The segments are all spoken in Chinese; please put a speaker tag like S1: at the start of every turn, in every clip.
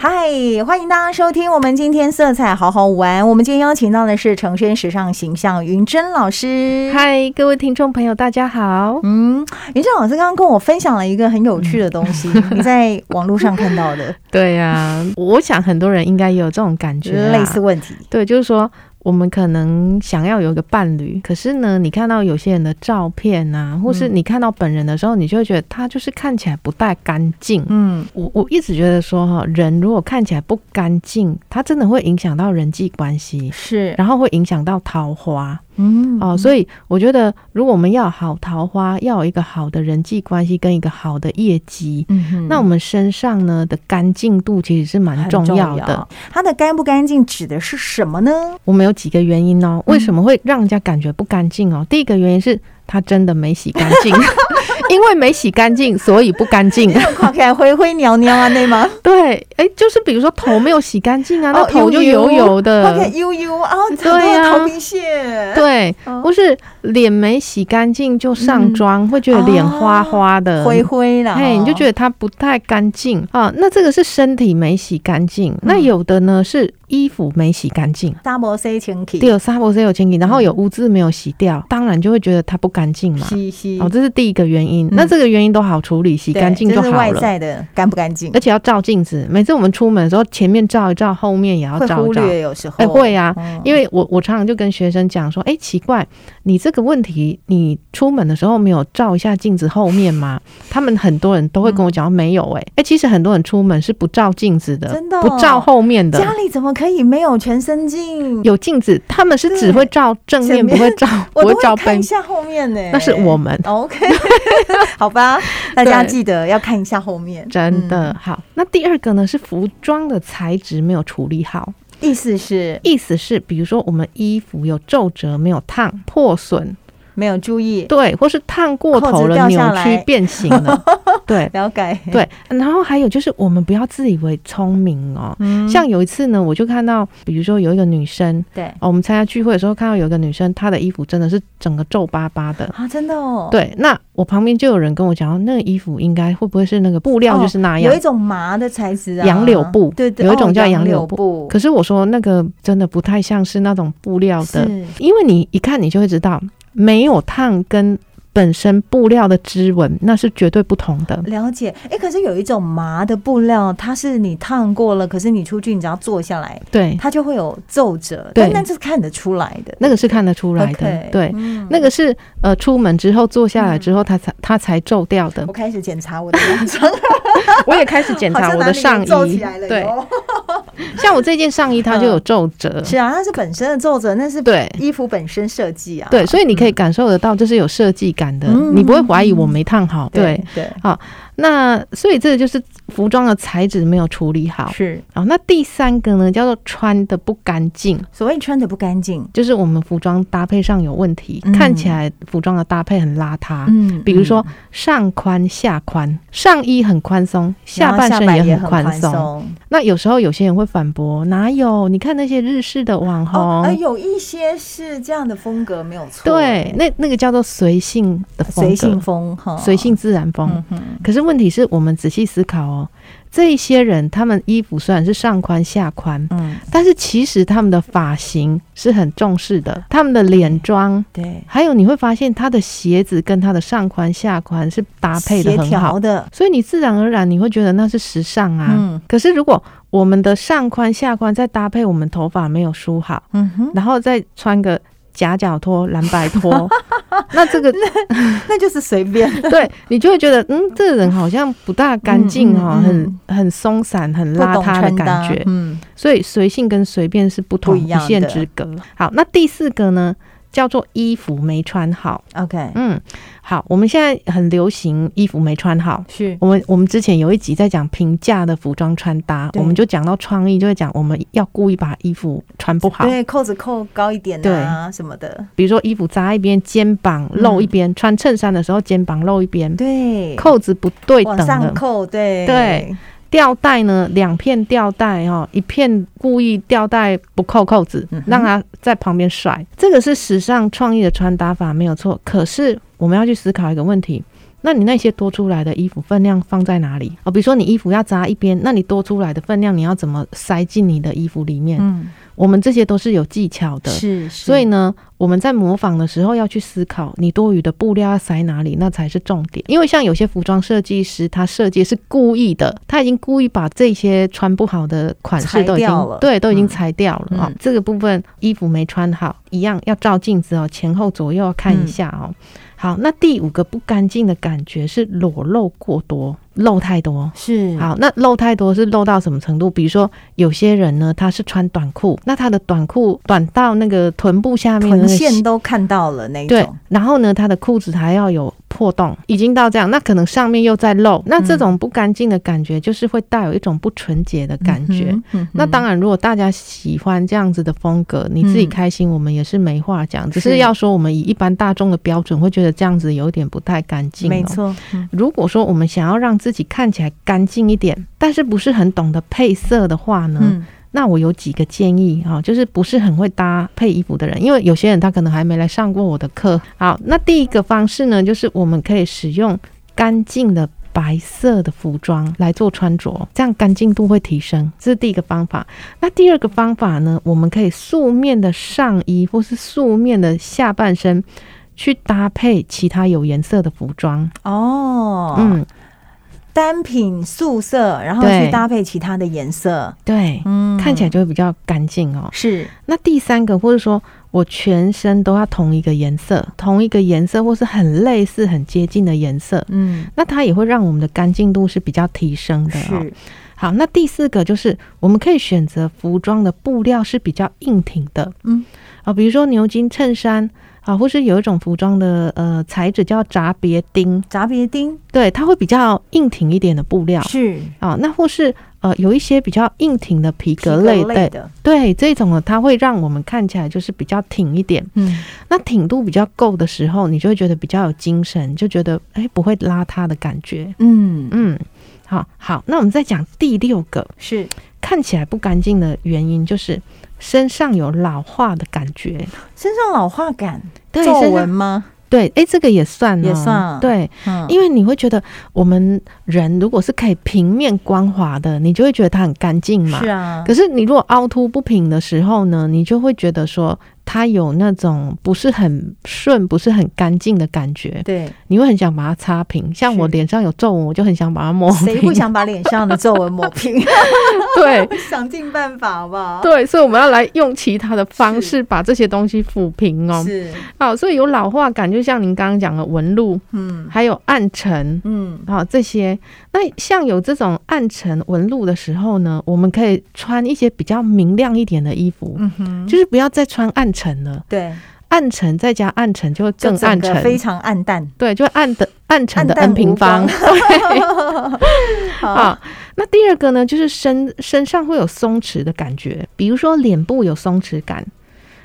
S1: 嗨，欢迎大家收听我们今天色彩好好玩。我们今天邀请到的是成轩时尚形象云珍老师。
S2: 嗨，各位听众朋友，大家好。
S1: 嗯，云珍老师刚刚跟我分享了一个很有趣的东西，
S2: 嗯
S1: 你在网络上看到 的
S2: 对呀、我想很多人应该也有这种感觉啊啦，
S1: 类似问题。
S2: 对，就是说我们可能想要有一个伴侣，可是呢，你看到有些人的照片啊，或是
S1: 嗯
S2: 你看到本人的时候，你就会觉得他就是看起来不太干净。
S1: 嗯
S2: 我我一直觉得说哈，人如果看起来不干净，他真的会影响到人际关系，
S1: 是，
S2: 然后会影响到桃花。
S1: 嗯
S2: 哦，所以我觉得，如果我们要有好桃花，要有一个好的人际关系跟一个好的业绩，
S1: 嗯哼
S2: 那我们身上呢的干净度其实是蛮
S1: 很
S2: 重要
S1: 要
S2: 的。。
S1: 它的干不干净指的是什么呢？
S2: 我们有几个原因哦，
S1: 嗯
S2: 为什么会让人家感觉不干净哦？第一个原因是他真的没洗干净， 因为没洗干净，所以不 干净。
S1: 看起来灰灰尿尿啊，那 吗？
S2: 对，哎，就是比如说头没有洗干净啊，那
S1: 哦
S2: 头就
S1: 油
S2: 油
S1: 油
S2: 油
S1: 看起来
S2: 的。
S1: 悠悠啊，好多
S2: 呃对啊
S1: 头皮屑。
S2: 对，
S1: 哦
S2: 或是脸没洗干净就上
S1: 嗯哦
S2: 妆，会觉得脸花花的，
S1: 灰灰啦，
S2: 嗯
S1: 哦
S2: 嘿，你就觉
S1: 得
S2: 得它不太干净啊。那这个是身体没洗干
S1: 嗯
S2: 净，那有的呢是衣服没洗干净。
S1: 沙漠 C 前体
S2: 第二，沙博是有清理，然后有
S1: 嗯
S2: 污渍没有洗掉，当然就会觉得它不干净嘛。
S1: 吸吸
S2: 哦，这是第一个原因。
S1: 嗯
S2: 那这个原因都好处理，洗
S1: 对
S2: 干净就
S1: 这是
S2: 好
S1: 外
S2: 了。
S1: 在的干不干净，
S2: 而且要照镜子，每次我们出门的时候，前面照一照，后面也要
S1: 会
S2: 照
S1: 忽
S2: 一照。
S1: 略有时候。
S2: 哎，会啊，
S1: 嗯，
S2: 因为我我常常就跟学生讲说，哎，奇怪，你这个问题，你出门的时候没有照一下镜子后面吗？他们很多人都会
S1: 嗯
S2: 跟我讲，没有、哎，哎，其实很多人出门是不照镜子的，
S1: 真的哦
S2: 不照后面的。
S1: 家里怎么可以没有全身镜？
S2: 有镜子，他们是只
S1: 对
S2: 会照正面，
S1: 前面
S2: 不会 照，不
S1: 我都
S2: 会
S1: 会
S2: 照
S1: 看
S2: 背
S1: 一。下后面呢、
S2: 那是我们
S1: OK，好吧，大家记得要看一下后面。嗯
S2: 真的、好。那第二个呢，是服装的材质没有处理好。
S1: 意思是
S2: 意思是，比如说我们衣服有皱褶、没有烫、破损，
S1: 没有注意
S2: 对，或是烫过头
S1: 扣子
S2: 了、
S1: 掉
S2: 扭
S1: 下来
S2: 曲变形 了，对
S1: 了解，
S2: 对。然后还有就是，我们不要自以为聪明哦。
S1: 嗯
S2: 像有一次呢，我就看到，比如说有一个女生，
S1: 对
S2: 哦，我们参加聚会的时候看到有一个女生，她的衣服真的是整个皱巴巴的。
S1: 啊，真的哦，
S2: 对，那我旁边就有人跟我讲说，那个衣服应该会不会是那个布料就是那样？
S1: 哦有一种麻的材质啊，
S2: 杨柳布
S1: 对对，
S2: 有一种
S1: 哦
S2: 叫
S1: 杨
S2: 杨柳
S1: 布，
S2: 可是我说那个真的不太像是那种布料的，
S1: 是
S2: 因为你一看你就会知道，没有烫跟本身布料的织纹那是绝对不同的。
S1: 了解，哎、可是有一种麻的布料，它是你烫过了，可是你出去你只要坐下来，
S2: 对，
S1: 它就会有皱褶，
S2: 对
S1: 但那是看得出来的。
S2: 那个是看得出来的
S1: OK，
S2: 对，
S1: 嗯
S2: 那个是呃出门之后坐下来之后，它才它才皱掉的
S1: 我。开始检查我的洋装，
S2: 我也开始 检
S1: 好
S2: 查
S1: 像
S2: 我
S1: 哪
S2: 的
S1: 里
S2: 上
S1: 有皱
S2: 衣
S1: 起来，了
S2: 对，
S1: 哟。
S2: 像我这件上衣它就有皱褶，
S1: 是啊，它是本身的皱褶，那是
S2: 对。
S1: 衣服本身设计啊。
S2: 对，所以你可以感受得到，这是有设计感的，
S1: 嗯
S2: 你不会怀疑我没烫好。对，
S1: 对，
S2: 那所以这个就是服装的材质没有处理好。
S1: 是
S2: 好，那第三个呢，叫做穿的不干净，
S1: 所谓穿的不干净。
S2: 就是我们服装搭配上有问题，
S1: 嗯
S2: 看起来服装的搭配很邋遢。
S1: 嗯
S2: 比如说上宽下宽，上衣很宽松，下半身
S1: 也
S2: 也
S1: 很
S2: 宽松。哦
S1: 松。
S2: 那有时候有些人会反驳，哪有？你看那些日式的网红，
S1: 哦，呃有一些是这样的风格没有错。
S2: 对，，那那个叫做随性的风
S1: 随
S2: 格，
S1: 性风哈，
S2: 随性自然风。
S1: 嗯哼，
S2: 可是问题是我们仔细思考哦，这一些人他们衣服虽然是上宽下宽，
S1: 嗯，
S2: 但是其实他们的发型是很重视的，他们的脸妆，
S1: 对，
S2: 还有你会发现他的鞋子跟他的上宽下宽是搭配的
S1: 协
S2: 很好
S1: 调，的，
S2: 所以你自然而然你会觉得那是时尚啊。
S1: 嗯
S2: 可是如果我们的上宽下宽再搭配我们头发没有梳好，
S1: 嗯哼，
S2: 然后再穿个夹脚拖、蓝白 拖，那这个
S1: 那就是随便，
S2: 对你就会觉得，嗯，这个人好像不大干净哦，
S1: 嗯嗯
S2: 很很松散、很
S1: 不
S2: 邋
S1: 懂
S2: 遢
S1: 穿
S2: 的感
S1: 搭
S2: 觉。
S1: 嗯，
S2: 所以随性跟随便是不同
S1: 不一样的
S2: 线之隔。好，那第四个呢，叫做衣服没穿好。
S1: OK，
S2: 嗯，好，我们现在很流行衣服没穿好。
S1: 是
S2: 我们我们之前有一集在讲平价的服装穿搭，
S1: 对
S2: 我们就讲到创意，就会讲我们要故意把衣服穿不好，
S1: 对，扣子扣高一点啊，什么的，
S2: 比如说衣服扎一边，肩膀露一边，穿衬衫的时候肩膀露一边，
S1: 嗯对，
S2: 扣子不对
S1: 往
S2: 等
S1: 上
S2: 了，
S1: 扣，对
S2: 对，吊带呢，两片吊带哦，一片故意吊带不扣扣子
S1: 嗯哼，
S2: 让它在旁边甩，这个是时尚创意的穿搭法没有错。可是我们要去思考一个问题：那你那些多出来的衣服分量放在哪里？哦，比如说你衣服要扎一边，那你多出来的分量你要怎么塞进你的衣服里面？
S1: 嗯，
S2: 我们这些都是有技巧的。
S1: 是，是
S2: 所以呢，我们在模仿的时候要去思考，你多余的布料要塞哪里，那才是重点。因为像有些服装设计师，他设计是故意的，他已经故意把这些穿不好的款式都已
S1: 裁掉了
S2: 经对都已经裁掉了
S1: 嗯
S2: 啊、哦
S1: 嗯
S2: 这个部分衣服没穿好，一样要照镜子哦，前后左右要看一下
S1: 嗯
S2: 哦。好，那第五个不干净的感觉是裸露过多，露太多。
S1: 是，
S2: 好，那露太多是露到什么程度？比如说，有些人呢，他是穿短裤，那他的短裤短到那个臀部下面的那
S1: 臀
S2: 个
S1: 线都看到了那一
S2: 对
S1: 种，，
S2: 然后呢，他的裤子还要有破洞，已经到这样，那可能上面又在漏，那这种不干净的感觉，就是会带有一种不纯洁的感觉。
S1: 嗯哼，
S2: 那当
S1: 然
S2: 然，如果大家喜欢这样子的风格，你自己
S1: 嗯
S2: 开心，我们也是没话讲。只
S1: 是
S2: 是要说，我们以一般大众的标准，会觉得这样子有点不太干净、哦。
S1: 没错，嗯
S2: 如果说我们想要让自己看起来干净一点，但是不是很懂得配色的话呢？
S1: 嗯，
S2: 那我有几个建议啊、就是不是很会搭配衣服的人，因为有些人他可能还没来上过我的课。好，那第一个方式呢，就是我们可以使用干净的。白色的服装来做穿着，这样干净度会提升，这是第一个方法。那第二个方法呢，我们可以素面的上衣或是素面的下半身去搭配其他有颜色的服装。
S1: 哦，嗯，
S2: 嗯，
S1: 单品素色，然后
S2: 对
S1: 去搭配其他的颜色，
S2: 对，
S1: 嗯，
S2: 看起来就会比较干净哦。
S1: 是
S2: 那第三个，或者说我全身都要同一个颜色，同一个颜色，或是很类似、很接近的颜色，
S1: 嗯，
S2: 那它也会让我们的干净度是比较提升的、哦。
S1: 是，
S2: 好，那第四个就是我们可以选择服装的布料是比较硬挺的，
S1: 嗯，
S2: 啊，比如说牛津衬衫啊，或是有一种服装的呃材质叫扎别丁，
S1: 扎别丁
S2: 对，它会比较硬挺一点的布料
S1: 是
S2: 啊，那或是呃有一些比较硬挺的皮革类
S1: 皮
S2: 的，
S1: 的，
S2: 对这种呢，它会让我们看起来就是比较挺一点。
S1: 嗯，
S2: 那挺度比较够的时候，你就会觉得比较有精神，就觉得哎不会邋遢的感觉。
S1: 嗯，
S2: 嗯，好好，那我们再讲第六个
S1: 是
S2: 看起来不干净的原因，就是身上有老化的感觉，
S1: 身上老化感、
S2: 对
S1: 皱，
S2: 身
S1: 纹
S2: 上
S1: 吗？
S2: 对，哎这个也算、哦，
S1: 也算
S2: 对，
S1: 嗯，
S2: 因为你会觉得我们人如果是可以平面光滑的，你就会觉得它很干净嘛，
S1: 是啊，
S2: 可是你如果凹凸不平的时候呢，你就会觉得说它有那种不是很顺、不是很干净的感觉，
S1: 对，
S2: 你会很想把它擦平。像
S1: 是
S2: 我脸上有皱纹，我就很想把它抹平。
S1: 谁不？想把脸上的皱纹抹平？
S2: 对
S1: 想尽办法，好不好？
S2: 对，所以我们要来用其他的方
S1: 是
S2: 式把这些东西抚平哦。
S1: 是，
S2: 好，所以有老化感，就像您刚刚讲的纹路，
S1: 嗯
S2: 还有暗沉。
S1: 嗯，
S2: 好、这些那像有这种暗沉纹路的时候呢，我们可以穿一些比较明亮一点的衣服，
S1: 嗯哼，
S2: 就是不要再穿暗沉了。
S1: 对，
S2: 暗沉再加暗沉就会
S1: 就
S2: 更
S1: 整
S2: 暗
S1: 个非
S2: 沉，
S1: 常暗淡，
S2: 对，就会暗的暗沉的
S1: 暗淡
S2: n 平方。
S1: 无哦
S2: 对
S1: 好，
S2: 啊，那第二个呢，就是身身上会有松弛的感觉，比如说脸部有松弛感。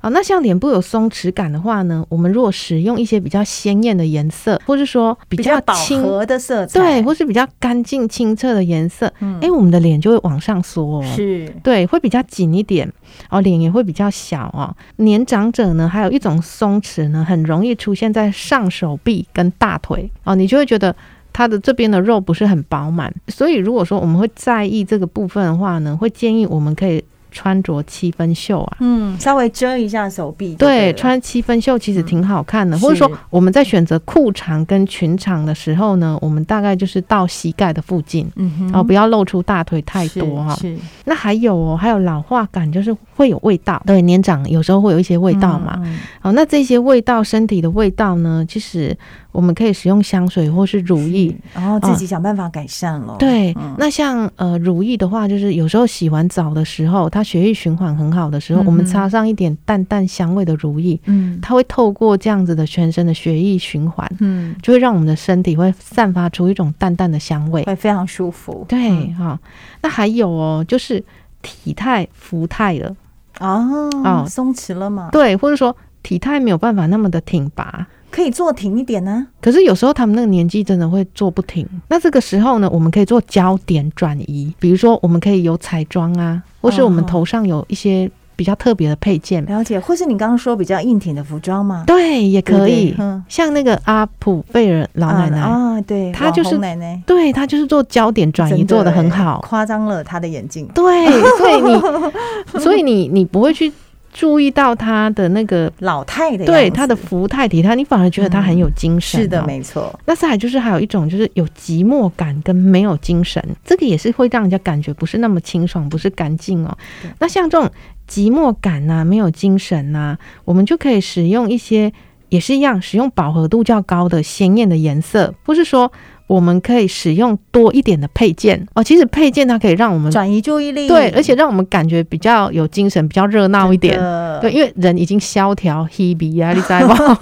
S2: 啊，那像脸部有松弛感的话呢，我们如果使用一些比较鲜艳的颜色，或是说比
S1: 比较饱
S2: 清，
S1: 和的色彩，
S2: 对，或是比较干净清澈的颜色，
S1: 嗯
S2: 哎、我们的脸就会往上缩、哦。
S1: 是，
S2: 对，会比较紧一点哦，脸也会比较小哦。年长者呢，还有一种松弛呢，很容易出现在上手臂跟大腿哦，你就会觉得他的这边的肉不是很饱满。所以如果说我们会在意这个部分的话呢，会建议我们可以穿着七分袖啊。
S1: 嗯，稍微遮一下手臂就对
S2: 对，
S1: 了，
S2: 穿七分袖其实挺好看的，
S1: 嗯
S2: 或者说
S1: 是
S2: 我们在选择裤长跟裙长的时候呢，我们大概就是到膝盖的附近，
S1: 嗯哼，
S2: 哦，不要露出大腿太多哈、
S1: 是
S2: 那还有哦，还有老化感，就是会有味道。对，年长有时候会有一些味道嘛。，
S1: 嗯
S2: 好、那这些味道，身体的味道呢，其实我们可以使用香水或是哦乳液。
S1: 然后自己想办法改善了，
S2: 啊对，
S1: 嗯
S2: 那像呃乳液的话，就是有时候洗完澡的时候，它血液循环很好的时候，
S1: 嗯哼
S2: 我们擦上一点淡淡香味的乳液，
S1: 嗯
S2: 它会透过这样子的全身的血液循环，
S1: 嗯，
S2: 就会让我们的身体会散发出一种淡淡的香味。
S1: 会非常舒服，
S2: 对，
S1: 嗯
S2: 哈、那还有哦，就是体态服态了。
S1: 哦，
S2: 哦
S1: 松弛了嘛，
S2: 对，或者说体态没有办法那么的挺拔。
S1: 可以坐挺一点呢，
S2: 可是有时候他们那个年纪真的会做不停，那这个时候呢，我们可以做焦点转移，比如说我们可以有彩妆啊，或是我们
S1: 哦
S2: 头上有一些比较特别的配件。
S1: 了解，或是你刚刚说比较硬挺的服装嘛，
S2: 对，也
S1: 对不
S2: 可
S1: 对
S2: 以。
S1: 嗯，
S2: 像那个阿普贝尔老奶奶，
S1: 啊，啊对，
S2: 她就是哦
S1: 网红奶奶
S2: 对她就是做焦点转移做的很
S1: 真
S2: 好
S1: 欸。夸张了她的眼睛，
S2: 对，所以 你，所以你你不会去注意到她的那个
S1: 老太的
S2: 对
S1: 样子嗯
S2: 她的福态体态，你反而觉得她很有精神、哦
S1: 是的，。没错，
S2: 那再来就是还有一种就是有寂寞感跟没有精神，这个也是会让人家感觉不是那么清爽，不是干净哦
S1: 对。
S2: 那像这种寂寞感呐、没有精神呐、我们就可以使用一些也是一样，使用饱和度较高的鲜艳的颜色，或是说我们可以使用多一点的配件哦。其实配件它可以让我们
S1: 转移注意力，
S2: 对，而且让我们感觉比较有精神，比较热闹一点。对，
S1: 对，
S2: 因为人已经萧条、hebe 啊，你知道吗？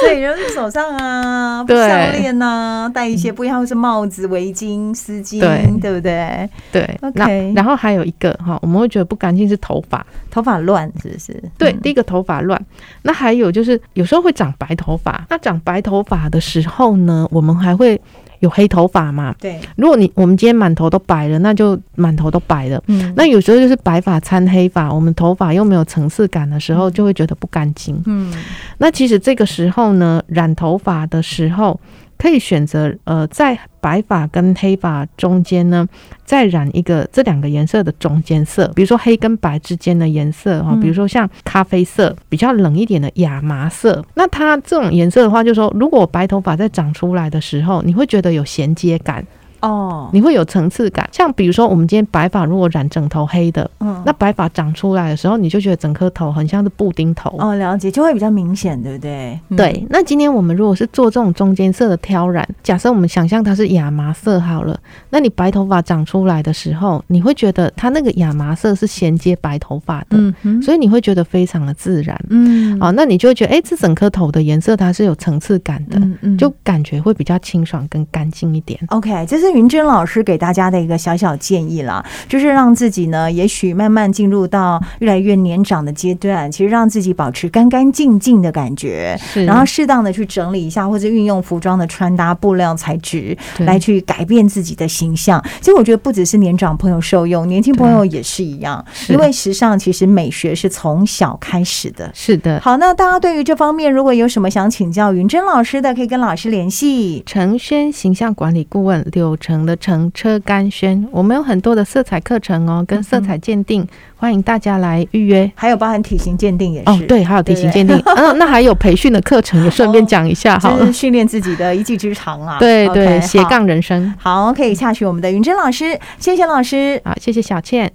S1: 所以人手上啊，
S2: 对嗯
S1: 项链呐，啊戴一些不一样，或是帽子、围巾、丝巾，
S2: 对
S1: 对不对？
S2: 对
S1: OK
S2: 那然后还有一个哈，我们会觉得不干净是头发。
S1: 头发乱是不是？
S2: 对，
S1: 嗯
S2: 第一个头发乱，那还有就是有时候会长白头发。那长白头发的时候呢，我们还会有黑头发嘛？
S1: 对，
S2: 如果你我们今天满头都白了，那就满头都白了。
S1: 嗯
S2: 那有时候就是白发掺黑发，我们头发又没有层次感的时候，
S1: 嗯
S2: 就会觉得不干净。
S1: 嗯，
S2: 那其实这个时候呢，染头发的时候可以选择呃，在白发跟黑发中间呢，再染一个这两个颜色的中间色，比如说黑跟白之间的颜色哈
S1: 嗯，
S2: 比如说像咖啡色，比较冷一点的亚麻色。那它这种颜色的话，就是说如果白头发在长出来的时候，你会觉得有衔接感，
S1: 哦，
S2: 你会有层次感。像比如说我们今天白发如果染整头黑的，
S1: 嗯
S2: 那白发长出来的时候，你就觉得整颗头很像是布丁头。
S1: 哦，了解，就会比较明显，对不对？嗯，
S2: 对，那今天我们如果是做这种中间色的挑染，假设我们想象它是亚麻色好了，那你白头发长出来的时候，你会觉得它那个亚麻色是衔接白头发的，
S1: 嗯哼，
S2: 所以你会觉得非常的自然。
S1: 嗯，
S2: 哦，那你就会觉得，哎、这整颗头的颜色它是有层次感的，
S1: 嗯嗯
S2: 就感觉会比较清爽跟干净一点。
S1: OK，这是云珍老师给大家的一个小小建议啦，就是让自己呢，也许慢慢进入到越来越年长的阶段，其实让自己保持干干净净的感觉，
S2: 是
S1: 然后适当的去整理一下，或者运用服装的穿搭、布料、材质来
S2: 来
S1: 去改变自己的形象。其实我觉得不只是年长朋友受用，年轻朋友也是一样，因为时尚其实美学是从小开始的。
S2: 是的，
S1: 好，那大家对于这方面如果有什么想请教云珍老师的，可以跟老师联系。
S2: 程轩形象管理顾问柳橙的橙车甘轩，我们有很多的色彩课程哦，
S1: 嗯
S2: 跟色彩鉴定，欢迎大家来预约。
S1: 还有包含体型鉴定也是，
S2: 哦，对，还有体型 鉴定，嗯、那还有培训的课程，也顺便讲一下好
S1: 就
S2: 了
S1: 是。训练自己的一技之长啊。
S2: 对
S1: OK，
S2: 对，斜
S1: 好。
S2: 杠人生。
S1: 好，可以洽询我们的云珍老师，谢谢老师。
S2: 好，谢谢小倩。